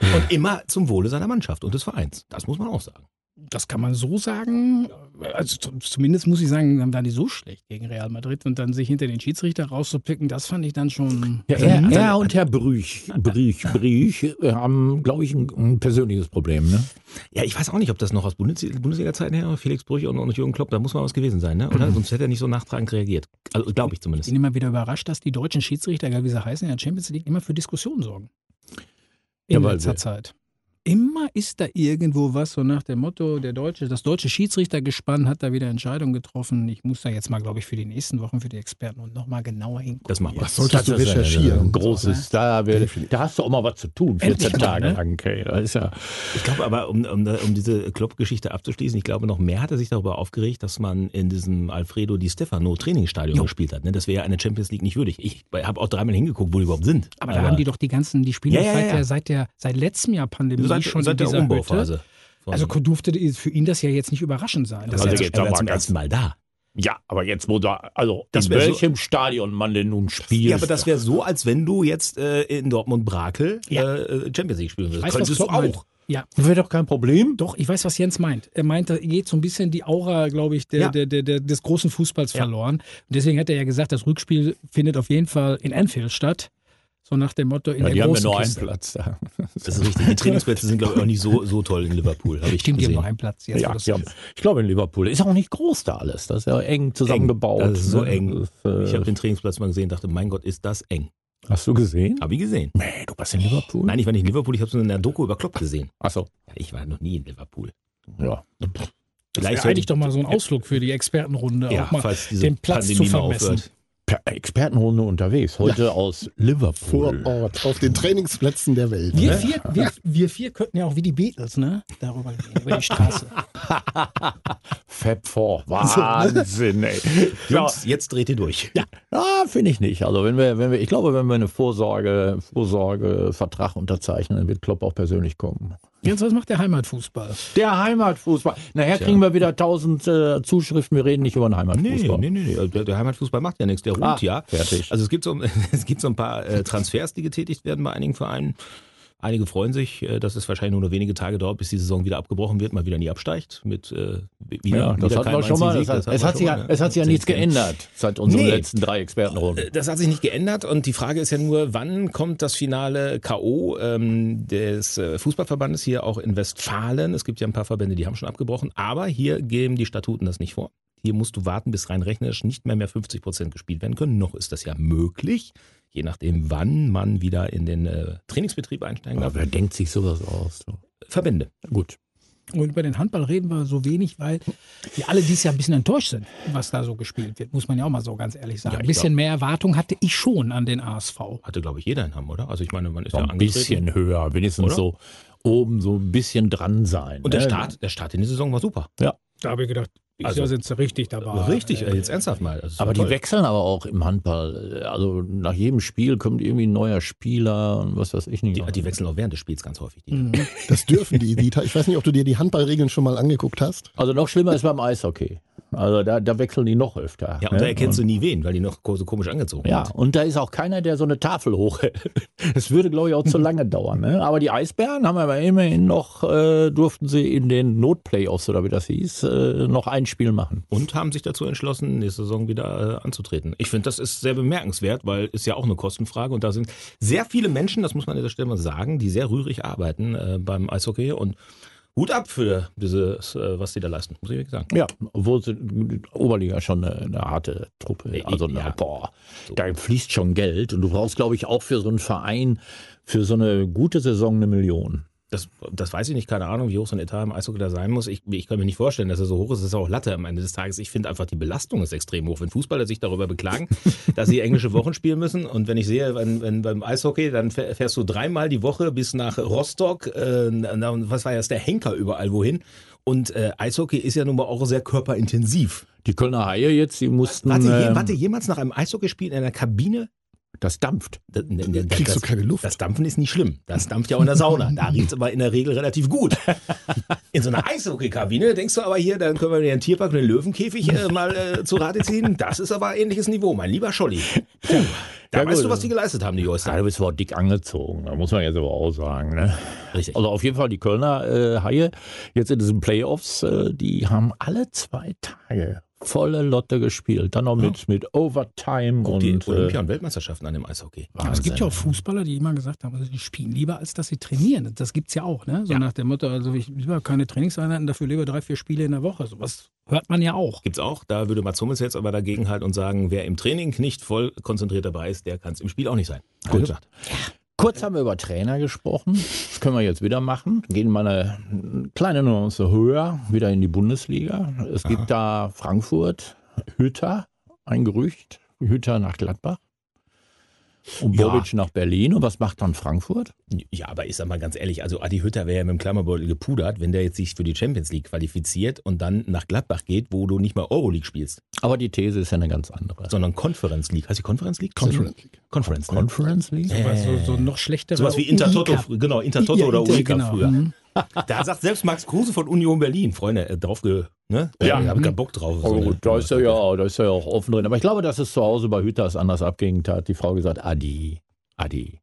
S1: Und immer zum Wohle seiner Mannschaft und des Vereins. Das muss man auch sagen.
S3: Das kann man so sagen. Also z- zumindest muss ich sagen, dann waren die so schlecht gegen Real Madrid und dann sich hinter den Schiedsrichter rauszupicken, das fand ich dann schon.
S2: Ja, also, er, er und Herr Brüch, Brüch, Brüch äh, haben, glaube ich, ein, ein persönliches Problem, ne?
S1: Ja, ich weiß auch nicht, ob das noch aus Bundes- Bundesliga-Zeiten her war. Felix Brüch und, und Jürgen Klopp, da muss mal was gewesen sein, ne? oder? Sonst hätte er nicht so nachtragend reagiert. Also, glaube ich
S3: Ich
S1: zumindest.
S3: bin immer wieder überrascht, dass die deutschen Schiedsrichter, egal wie sie heißen, in der Champions League immer für Diskussionen sorgen. In
S2: Ja, weil
S3: letzter
S2: wir-
S3: Zeit. Immer ist da irgendwo was, so nach dem Motto, der deutsche, das deutsche Schiedsrichtergespann hat da wieder Entscheidungen getroffen. Ich muss da jetzt mal, glaube ich, für die nächsten Wochen für die Experten und nochmal genauer hingucken.
S1: Das machen wir.
S4: Was solltest du
S2: ist ja
S4: recherchieren?
S2: Ein Äh, großes, da, wär- da hast du auch mal was zu tun, 14
S3: Endlich mal,
S2: Tage
S3: ne?
S2: lang. Ey. Das ist ja,
S1: Ich glaube aber, um, um, um diese Klopp-Geschichte abzuschließen, ich glaube, noch mehr hat er sich darüber aufgeregt, dass man in diesem Alfredo Di Stefano Trainingsstadion
S3: Jo.
S1: gespielt hat. Ne? Das wäre ja eine Champions League nicht würdig. Ich habe auch dreimal hingeguckt, wo die überhaupt sind.
S3: Aber da haben die doch die ganzen, die Spieler
S1: Ja, ja,
S3: seit,
S1: ja.
S3: Der, seit der seit letztem Jahr Pandemie
S1: seit,
S3: schon
S1: seit
S3: in
S1: der
S3: dieser Hütte.
S1: Umbauphase. von-
S3: Also durfte die- für ihn das ja jetzt nicht überraschend sein. dass
S1: also
S3: er
S2: jetzt
S1: jetzt er
S2: doch
S1: war
S2: mal
S1: zum
S2: ganz-
S1: ersten Mal da.
S2: ja, aber jetzt, wo da, also
S1: Das
S2: in
S1: wär so-
S2: welchem Stadion man denn nun spielt.
S1: Ja, aber das wäre so, als wenn du jetzt äh, in Dortmund Brakel
S3: Ja.
S1: äh, Champions League spielen würdest.
S3: Weißt du, was
S1: Könntest du
S3: Klopp meint?
S1: auch.
S3: Ja,
S2: wäre doch kein Problem.
S3: doch, ich weiß, was Jens meint. Er meint, da geht so ein bisschen die Aura, glaube ich, der,
S1: Ja.
S3: der, der, der, des großen Fußballs
S1: Ja.
S3: verloren. Und deswegen hat er ja gesagt, das Rückspiel findet auf jeden Fall in Anfield statt. So nach dem Motto, in
S2: Ja,
S3: der
S2: die haben ja
S3: großen
S2: nur einen
S3: Kiste.
S2: Platz da.
S1: Das ist richtig. Die Trainingsplätze sind, glaube ich, auch nicht so, so toll in Liverpool. Hab ich
S3: Stimmt, die haben
S1: gesehen.
S3: nur einen Platz. Jetzt, wo
S2: Ja,
S3: das
S2: die haben, ich glaube in Liverpool. Ist auch nicht groß da alles. Das ist ja eng zusammengebaut.
S1: Das ist so
S2: ne?
S1: eng.
S2: Das ist,
S1: Ich
S2: äh,
S1: habe den Trainingsplatz mal gesehen und dachte, mein Gott, ist das eng.
S2: hast du gesehen?
S1: Habe ich gesehen.
S3: Hm.
S2: Nee, du warst in Liverpool?
S1: Nein, ich war nicht in Liverpool, ich habe es in einer Doku über Klopp gesehen.
S2: Achso.
S1: Ja, Ich war noch nie in Liverpool.
S2: Ja.
S1: Vielleicht
S3: das
S2: also
S3: wäre eigentlich doch mal so ein Ausflug für die Expertenrunde.
S1: ja,
S3: auch mal
S1: falls diese
S3: den Platz
S1: Pandemie
S3: zu
S1: mal
S3: vermessen.
S1: aufhört.
S2: Per äh, Expertenrunde unterwegs. Heute aus Liverpool.
S4: Vor Ort, auf den Trainingsplätzen der Welt.
S3: Wir
S4: ne?
S3: vier, wir, wir vier könnten ja auch wie die Beatles, ne? Darüber gehen, über die Straße.
S2: Fab Four. Wahnsinn, ey. Ja,
S1: Jungs, jetzt dreht ihr durch. Ja.
S2: Ah, finde ich nicht. Also wenn wir, wenn wir, ich glaube, wenn wir eine Vorsorge, Vorsorgevertrag unterzeichnen, dann wird Klopp auch persönlich kommen.
S3: Jens, was macht der Heimatfußball?
S2: Der Heimatfußball. Nachher kriegen wir wieder tausend äh, Zuschriften. Wir reden nicht über den
S1: Nee,
S2: Heimatfußball.
S1: nee, nee, nee. Also Der, der Heimatfußball macht ja nichts, der ruht
S2: Ah,
S1: ja.
S2: fertig.
S1: Also es gibt so, es gibt so ein paar äh, Transfers, die getätigt werden bei einigen Vereinen. Einige freuen sich, äh, dass es wahrscheinlich nur noch wenige Tage dauert, bis die Saison wieder abgebrochen wird, mal wieder nie absteigt. Mit, äh, wieder,
S2: Ja, das
S1: wieder
S2: hatten
S1: keinem
S2: wir schon mal.
S1: einzigen
S2: Das
S1: Sieg.
S2: hat,
S1: Das
S2: es,
S1: hatten wir
S2: hat sich
S1: schon
S2: ja,
S1: mal,
S2: es hat sich ja
S1: Zehn
S2: nichts
S1: Kämpfe.
S2: geändert seit unseren
S1: Nee.
S2: letzten drei Expertenrunden.
S1: Äh, Das hat sich nicht geändert und die Frage ist ja nur, wann kommt das finale K.O. Ähm, des äh, Fußballverbandes hier auch in Westfalen? Es gibt ja ein paar Verbände, die haben schon abgebrochen, aber hier geben die Statuten das nicht vor. Hier musst du warten, bis rein rechnerisch nicht mehr mehr 50 Prozent gespielt werden können. Noch ist das ja möglich, je nachdem, wann man wieder in den äh, Trainingsbetrieb einsteigen
S2: Aber
S1: darf.
S2: wer denkt sich sowas aus?
S1: Verbände.
S2: Gut.
S3: Und über den Handball reden wir so wenig, weil wir alle dieses Jahr ein bisschen enttäuscht sind, was da so gespielt wird, muss man ja auch mal so ganz ehrlich sagen.
S1: Ja,
S3: ein
S1: ich
S3: bisschen mehr Erwartung hatte ich schon an den ASV.
S1: Hatte, glaube ich, jeder in Hamm, oder? Also ich meine, man ist
S2: So
S1: ja
S2: ein
S1: angetreten.
S2: bisschen höher, wenigstens
S1: Oder?
S2: so oben so ein bisschen dran sein.
S1: Und der
S2: ne?
S1: Start, der Start in die Saison war super.
S3: Da habe ich gedacht, Dieses
S1: Also-
S3: Jahr sind sie richtig dabei.
S1: Richtig,
S3: Äh,
S1: äh, jetzt ernsthaft mal. Das ist
S2: Aber
S1: ja
S2: die
S1: toll.
S2: wechseln aber auch im Handball. Also nach jedem Spiel kommt irgendwie ein neuer Spieler und was weiß ich nicht.
S1: Die, die wechseln auch während des Spiels ganz häufig. Die
S3: Mhm.
S4: Das dürfen die, Dieter. Ich weiß nicht, ob du dir die Handballregeln schon mal angeguckt hast.
S2: also noch schlimmer ist beim Eishockey. Also da, da wechseln die noch öfter. ne?
S1: Ja, und da erkennst du nie wen, weil die noch so komisch angezogen
S2: Ja,
S1: sind.
S2: und da ist auch keiner, der so eine Tafel hochhält. Das würde, glaube ich, auch zu lange dauern. Ne? Aber die Eisbären haben aber immerhin noch, äh, durften sie in den Notplayoffs oder wie das hieß, äh, noch ein Spiel machen.
S1: Und haben sich dazu entschlossen, nächste Saison wieder äh, anzutreten. Ich finde, das ist sehr bemerkenswert, weil ist ja auch eine Kostenfrage. Und da sind sehr viele Menschen, das muss man an dieser Stelle mal sagen, die sehr rührig arbeiten äh, beim Eishockey. Und Hut ab für dieses, äh, was sie da leisten, muss ich wirklich sagen.
S2: Ja, obwohl sie, die Oberliga schon eine, eine harte Truppe. Also na,
S1: Äh, ja.
S2: boah,
S1: So.
S2: da fließt schon Geld und du brauchst, glaube ich, auch für so einen Verein für so eine gute Saison eine Million.
S1: Das, das weiß ich nicht, keine Ahnung, wie hoch so ein Etat im Eishockey da sein muss. Ich, ich kann mir nicht vorstellen, dass er so hoch ist. Das ist auch Latte am Ende des Tages. Ich finde einfach, die Belastung ist extrem hoch. Wenn Fußballer sich darüber beklagen, dass sie englische Wochen spielen müssen und wenn ich sehe, wenn, wenn beim Eishockey, dann fäh- fährst du dreimal die Woche bis nach Rostock, äh, na, was war jetzt der Henker überall wohin. Und äh, Eishockey ist ja nun mal auch sehr körperintensiv.
S2: Die Kölner Haie jetzt, die mussten.
S1: Warte, je,
S2: ähm,
S1: warte jemals nach einem Eishockeyspiel in einer Kabine?
S2: Das dampft.
S1: Das,
S4: Kriegst du
S1: das,
S4: keine Luft.
S1: das Dampfen ist nicht schlimm. Das dampft ja auch in der Sauna. Da riecht es aber in der Regel relativ gut. In so einer Eishockeykabine denkst du aber hier, dann können wir den Tierpark und den Löwenkäfig äh, mal äh, zu Rate ziehen. Das ist aber ähnliches Niveau, mein lieber Scholli. Puh, da
S2: Ja,
S1: weißt
S2: gut.
S1: du, was die geleistet haben, die Oyster.
S2: Ja, du bist aber dick angezogen, da muss man jetzt aber auch sagen. Ne?
S1: Richtig.
S2: Also auf jeden Fall die Kölner äh, Haie jetzt in diesen Playoffs, äh, die haben alle zwei Tage volle Lotte gespielt. Dann noch mit, mit Overtime
S1: Und
S2: und
S1: die
S2: äh,
S1: Olympia- und Weltmeisterschaften an dem Eishockey.
S3: Aber es gibt ja auch Fußballer, die immer gesagt haben, also die spielen lieber, als dass sie trainieren. Das gibt es ja auch, ne? So nach der Mutter, also ich lieber keine Trainingseinheiten, dafür lieber drei, vier Spiele in der Woche. Sowas hört man ja auch.
S1: Gibt's auch. Da würde Mats Hummels jetzt aber dagegen halten und sagen, wer im Training nicht voll konzentriert dabei ist, der kann es im Spiel auch nicht sein.
S2: Gut.
S1: gesagt.
S2: Kurz haben wir über Trainer gesprochen. Das können wir jetzt wieder machen. Gehen mal eine kleine Nuance höher, wieder in die Bundesliga. Es gibt da Frankfurt, Hütter, ein Gerücht. Hütter nach Gladbach. Und
S1: Ja.
S2: Bobic nach Berlin. Und was macht dann Frankfurt?
S1: Ja, aber ich sag mal ganz ehrlich, also Adi Hütter wäre ja mit dem Klammerbeutel gepudert, wenn der jetzt sich für die Champions League qualifiziert und dann nach Gladbach geht, wo du nicht mal Euroleague spielst,
S2: Aber die These ist ja eine ganz andere.
S1: sondern Conference League. Heißt die Conference League?
S4: Conference League.
S1: Conference. Ne? Äh,
S2: Conference League?
S3: Sowas so, so noch schlechtere.
S1: Sowas wie Intertoto,
S3: Unika.
S1: fr- genau, Intertoto
S3: Ja,
S1: oder
S3: Inter-
S1: Unica
S3: genau.
S1: früher.
S3: Mhm.
S1: Da sagt selbst Max Kruse von Union Berlin, Freunde, äh, drauf ge, ne?
S2: Ja.
S1: Ich hab keinen Bock drauf.
S2: Oh,
S1: eine-
S2: gut, da ist er ja, da ist er ja auch offen drin. Aber ich glaube, dass es zu Hause bei Hütters anders abging. Da hat die Frau gesagt, Adi, Adi,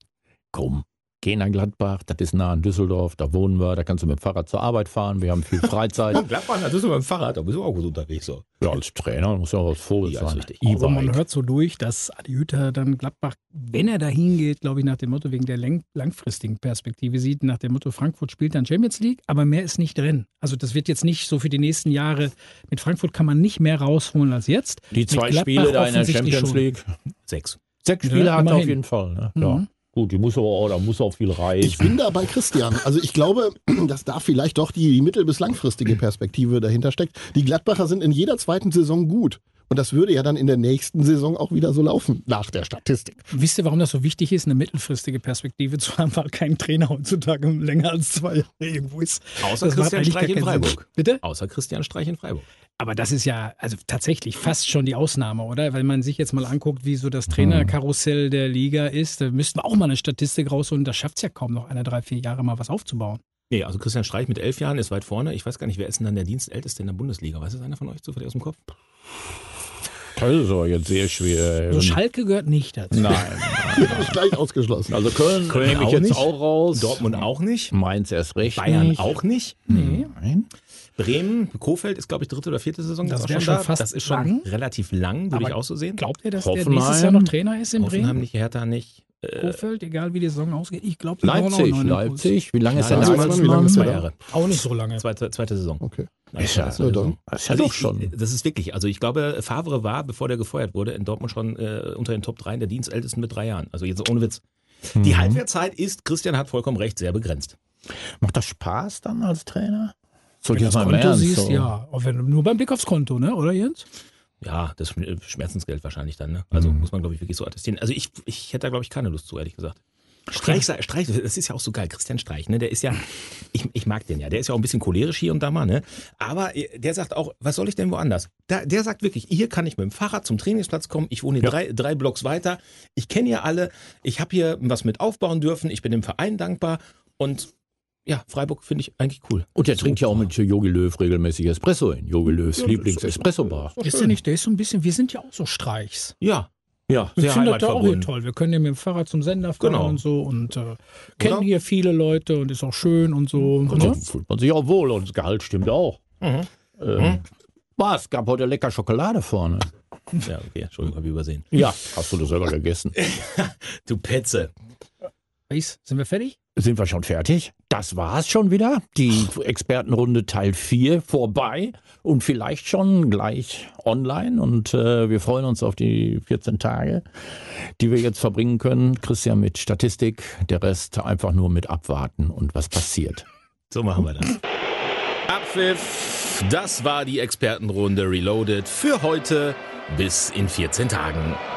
S2: komm, geh nach Gladbach, das ist nah an Düsseldorf, da wohnen wir, da kannst du mit dem Fahrrad zur Arbeit fahren, wir haben viel Freizeit.
S1: Und Gladbach, das ist immer im Fahrrad, da bist du auch gut unterwegs. So.
S2: ja, als Trainer muss ja auch was Vogel
S1: Ja, ist
S2: sein.
S1: richtig.
S3: Also man
S2: E-Bike.
S3: hört so durch, dass Adi Hütter dann Gladbach, wenn er da hingeht, glaube ich, nach dem Motto, wegen der lang- langfristigen Perspektive sieht, nach dem Motto, Frankfurt spielt dann Champions League, aber mehr ist nicht drin. Also das wird jetzt nicht so für die nächsten Jahre, mit Frankfurt kann man nicht mehr rausholen als jetzt.
S2: Die
S3: Mit
S2: zwei
S3: Gladbach
S2: Spiele da in der
S3: offensichtlich
S2: Champions
S3: schon.
S2: League.
S1: Sechs.
S2: Sechs
S3: Ja,
S2: Spiele hat er auf
S3: immerhin.
S2: jeden Fall. Ne?
S3: Mhm.
S2: Ja. Gut, die muss aber auch, da muss auch viel reisen.
S4: Ich bin da bei Christian. Also ich glaube, dass da vielleicht doch die, die mittel- bis langfristige Perspektive dahinter steckt. Die Gladbacher sind in jeder zweiten Saison gut. Und das würde ja dann in der nächsten Saison auch wieder so laufen, nach der Statistik.
S3: Wisst ihr, warum das so wichtig ist, eine mittelfristige Perspektive zu haben, weil kein Trainer heutzutage länger als zwei Jahre irgendwo ist?
S1: Außer
S3: Das macht
S1: Christian
S3: eigentlich
S1: Streich
S3: gar
S1: in
S3: keinen Sinn.
S1: Freiburg.
S3: Bitte?
S1: Außer Christian Streich in Freiburg.
S3: Aber das ist ja also tatsächlich fast schon die Ausnahme, oder? Wenn man sich jetzt mal anguckt, wie so das Trainerkarussell der Liga ist, da müssten wir auch mal eine Statistik rausholen. Da schafft es ja kaum noch einer, drei, vier Jahre mal was aufzubauen.
S1: Nee, also Christian Streich mit elf Jahren ist weit vorne. Ich weiß gar nicht, wer ist denn dann der Dienstälteste in der Bundesliga? Weiß es einer von euch zufällig aus dem Kopf?
S2: das ist aber jetzt sehr schwer.
S3: So Schalke gehört nicht dazu.
S2: Nein.
S4: Gleich ausgeschlossen.
S2: Also Köln,
S1: Köln
S2: nehme ich
S1: auch
S2: jetzt
S1: nicht.
S2: auch raus.
S1: Dortmund
S3: Hm.
S1: auch nicht.
S2: Mainz erst recht.
S1: Bayern
S2: nicht.
S1: auch nicht.
S2: Nein.
S1: Bremen, Kofeld ist, glaube ich, dritte oder vierte Saison.
S3: Das
S1: jetzt auch
S3: wär schon
S1: da.
S3: fast
S1: das ist schon
S3: lang.
S1: relativ lang, würde
S3: Aber
S1: ich auch so sehen.
S3: Glaubt ihr, dass der
S2: Hoffenheim?
S3: nächstes Jahr noch Trainer ist in
S1: Hoffenheim
S3: Bremen?
S1: nicht, Hertha nicht. Äh,
S3: Kofeld, egal wie die Saison ausgeht. Ich glaube,
S2: Leipzig, Leipzig. Wie lange ist der
S1: Nein,
S4: Nagelsmann? Wie lange ist
S1: zwei
S2: Nagelsmann?
S4: der da?
S1: Jahre.
S3: Auch nicht so lange.
S1: Zweite, zweite Saison.
S4: Okay.
S1: Nein,
S2: Ist ja-
S1: zweite Saison.
S2: Das ist ja
S1: Also
S2: doch
S1: ich,
S2: schon.
S1: das ist wirklich, also ich glaube, Favre war, bevor der gefeuert wurde, in Dortmund schon äh, unter den Top 3 der Dienstältesten mit drei Jahren. Also jetzt ohne Witz.
S2: Mhm.
S1: Die Halbwertszeit ist, Christian hat vollkommen recht, sehr begrenzt.
S2: Macht das Spaß dann als Trainer? So,
S3: Wenn du
S2: jetzt
S3: das
S2: mal im
S3: Konto
S2: Ernst.
S3: siehst,
S2: so.
S3: ja. Auch wenn, nur beim Blick aufs Konto, ne? oder Jens?
S1: Ja, das äh,
S3: Mhm.
S1: Schmerzensgeld wahrscheinlich dann, ne? Also muss man, glaube ich, wirklich so attestieren. Also ich, ich hätte da, glaube ich, keine Lust zu, ehrlich gesagt. Streich, sei- Streich, das ist ja auch so geil. Christian Streich, ne? Der ist ja, ich, ich mag den ja. Der ist ja auch ein bisschen cholerisch hier und da mal, ne? Aber äh, der sagt auch, was soll ich denn woanders? Da, der sagt wirklich, hier kann ich mit dem Fahrrad zum Trainingsplatz kommen. Ich wohne hier drei, drei Blocks weiter. Ich kenne hier alle. Ich habe hier was mit aufbauen dürfen. Ich bin dem Verein dankbar. Und ja, Freiburg finde ich eigentlich cool.
S2: Und der trinkt ja auch mit Jogi Löw regelmäßig Espresso in. Jogi Löws Lieblings-Espresso-Bar.
S3: Ist ja nicht, der ist so ein bisschen, wir sind ja auch so Streichs.
S1: Ja,
S2: Ja,
S3: Wir
S1: sehr
S3: finden das da auch hier
S1: heimatverbunden.
S3: toll. Wir können ja mit dem Fahrrad zum Sender fahren
S1: Genau.
S3: und so und äh, kennen
S1: Oder?
S3: hier viele Leute und ist auch schön und so. Ne?
S2: fühlt man sich auch wohl und das Gehalt stimmt auch.
S1: Mhm.
S2: Ähm, Was? Gab heute lecker Schokolade vorne.
S1: Ja, okay, Entschuldigung, habe ich übersehen.
S2: Ja. Hast du das selber gegessen?
S1: Du Petze.
S3: Weiß, Sind wir fertig?
S2: Sind wir schon fertig? Das war's schon wieder. Die Expertenrunde Teil 4 vorbei und vielleicht schon gleich online. Und äh, wir freuen uns auf die 14 Tage, die wir jetzt verbringen können. Christian mit Statistik, der Rest einfach nur mit abwarten und was passiert.
S1: So machen wir das. Abpfiff. Das war die Expertenrunde Reloaded für heute. Bis in 14 Tagen.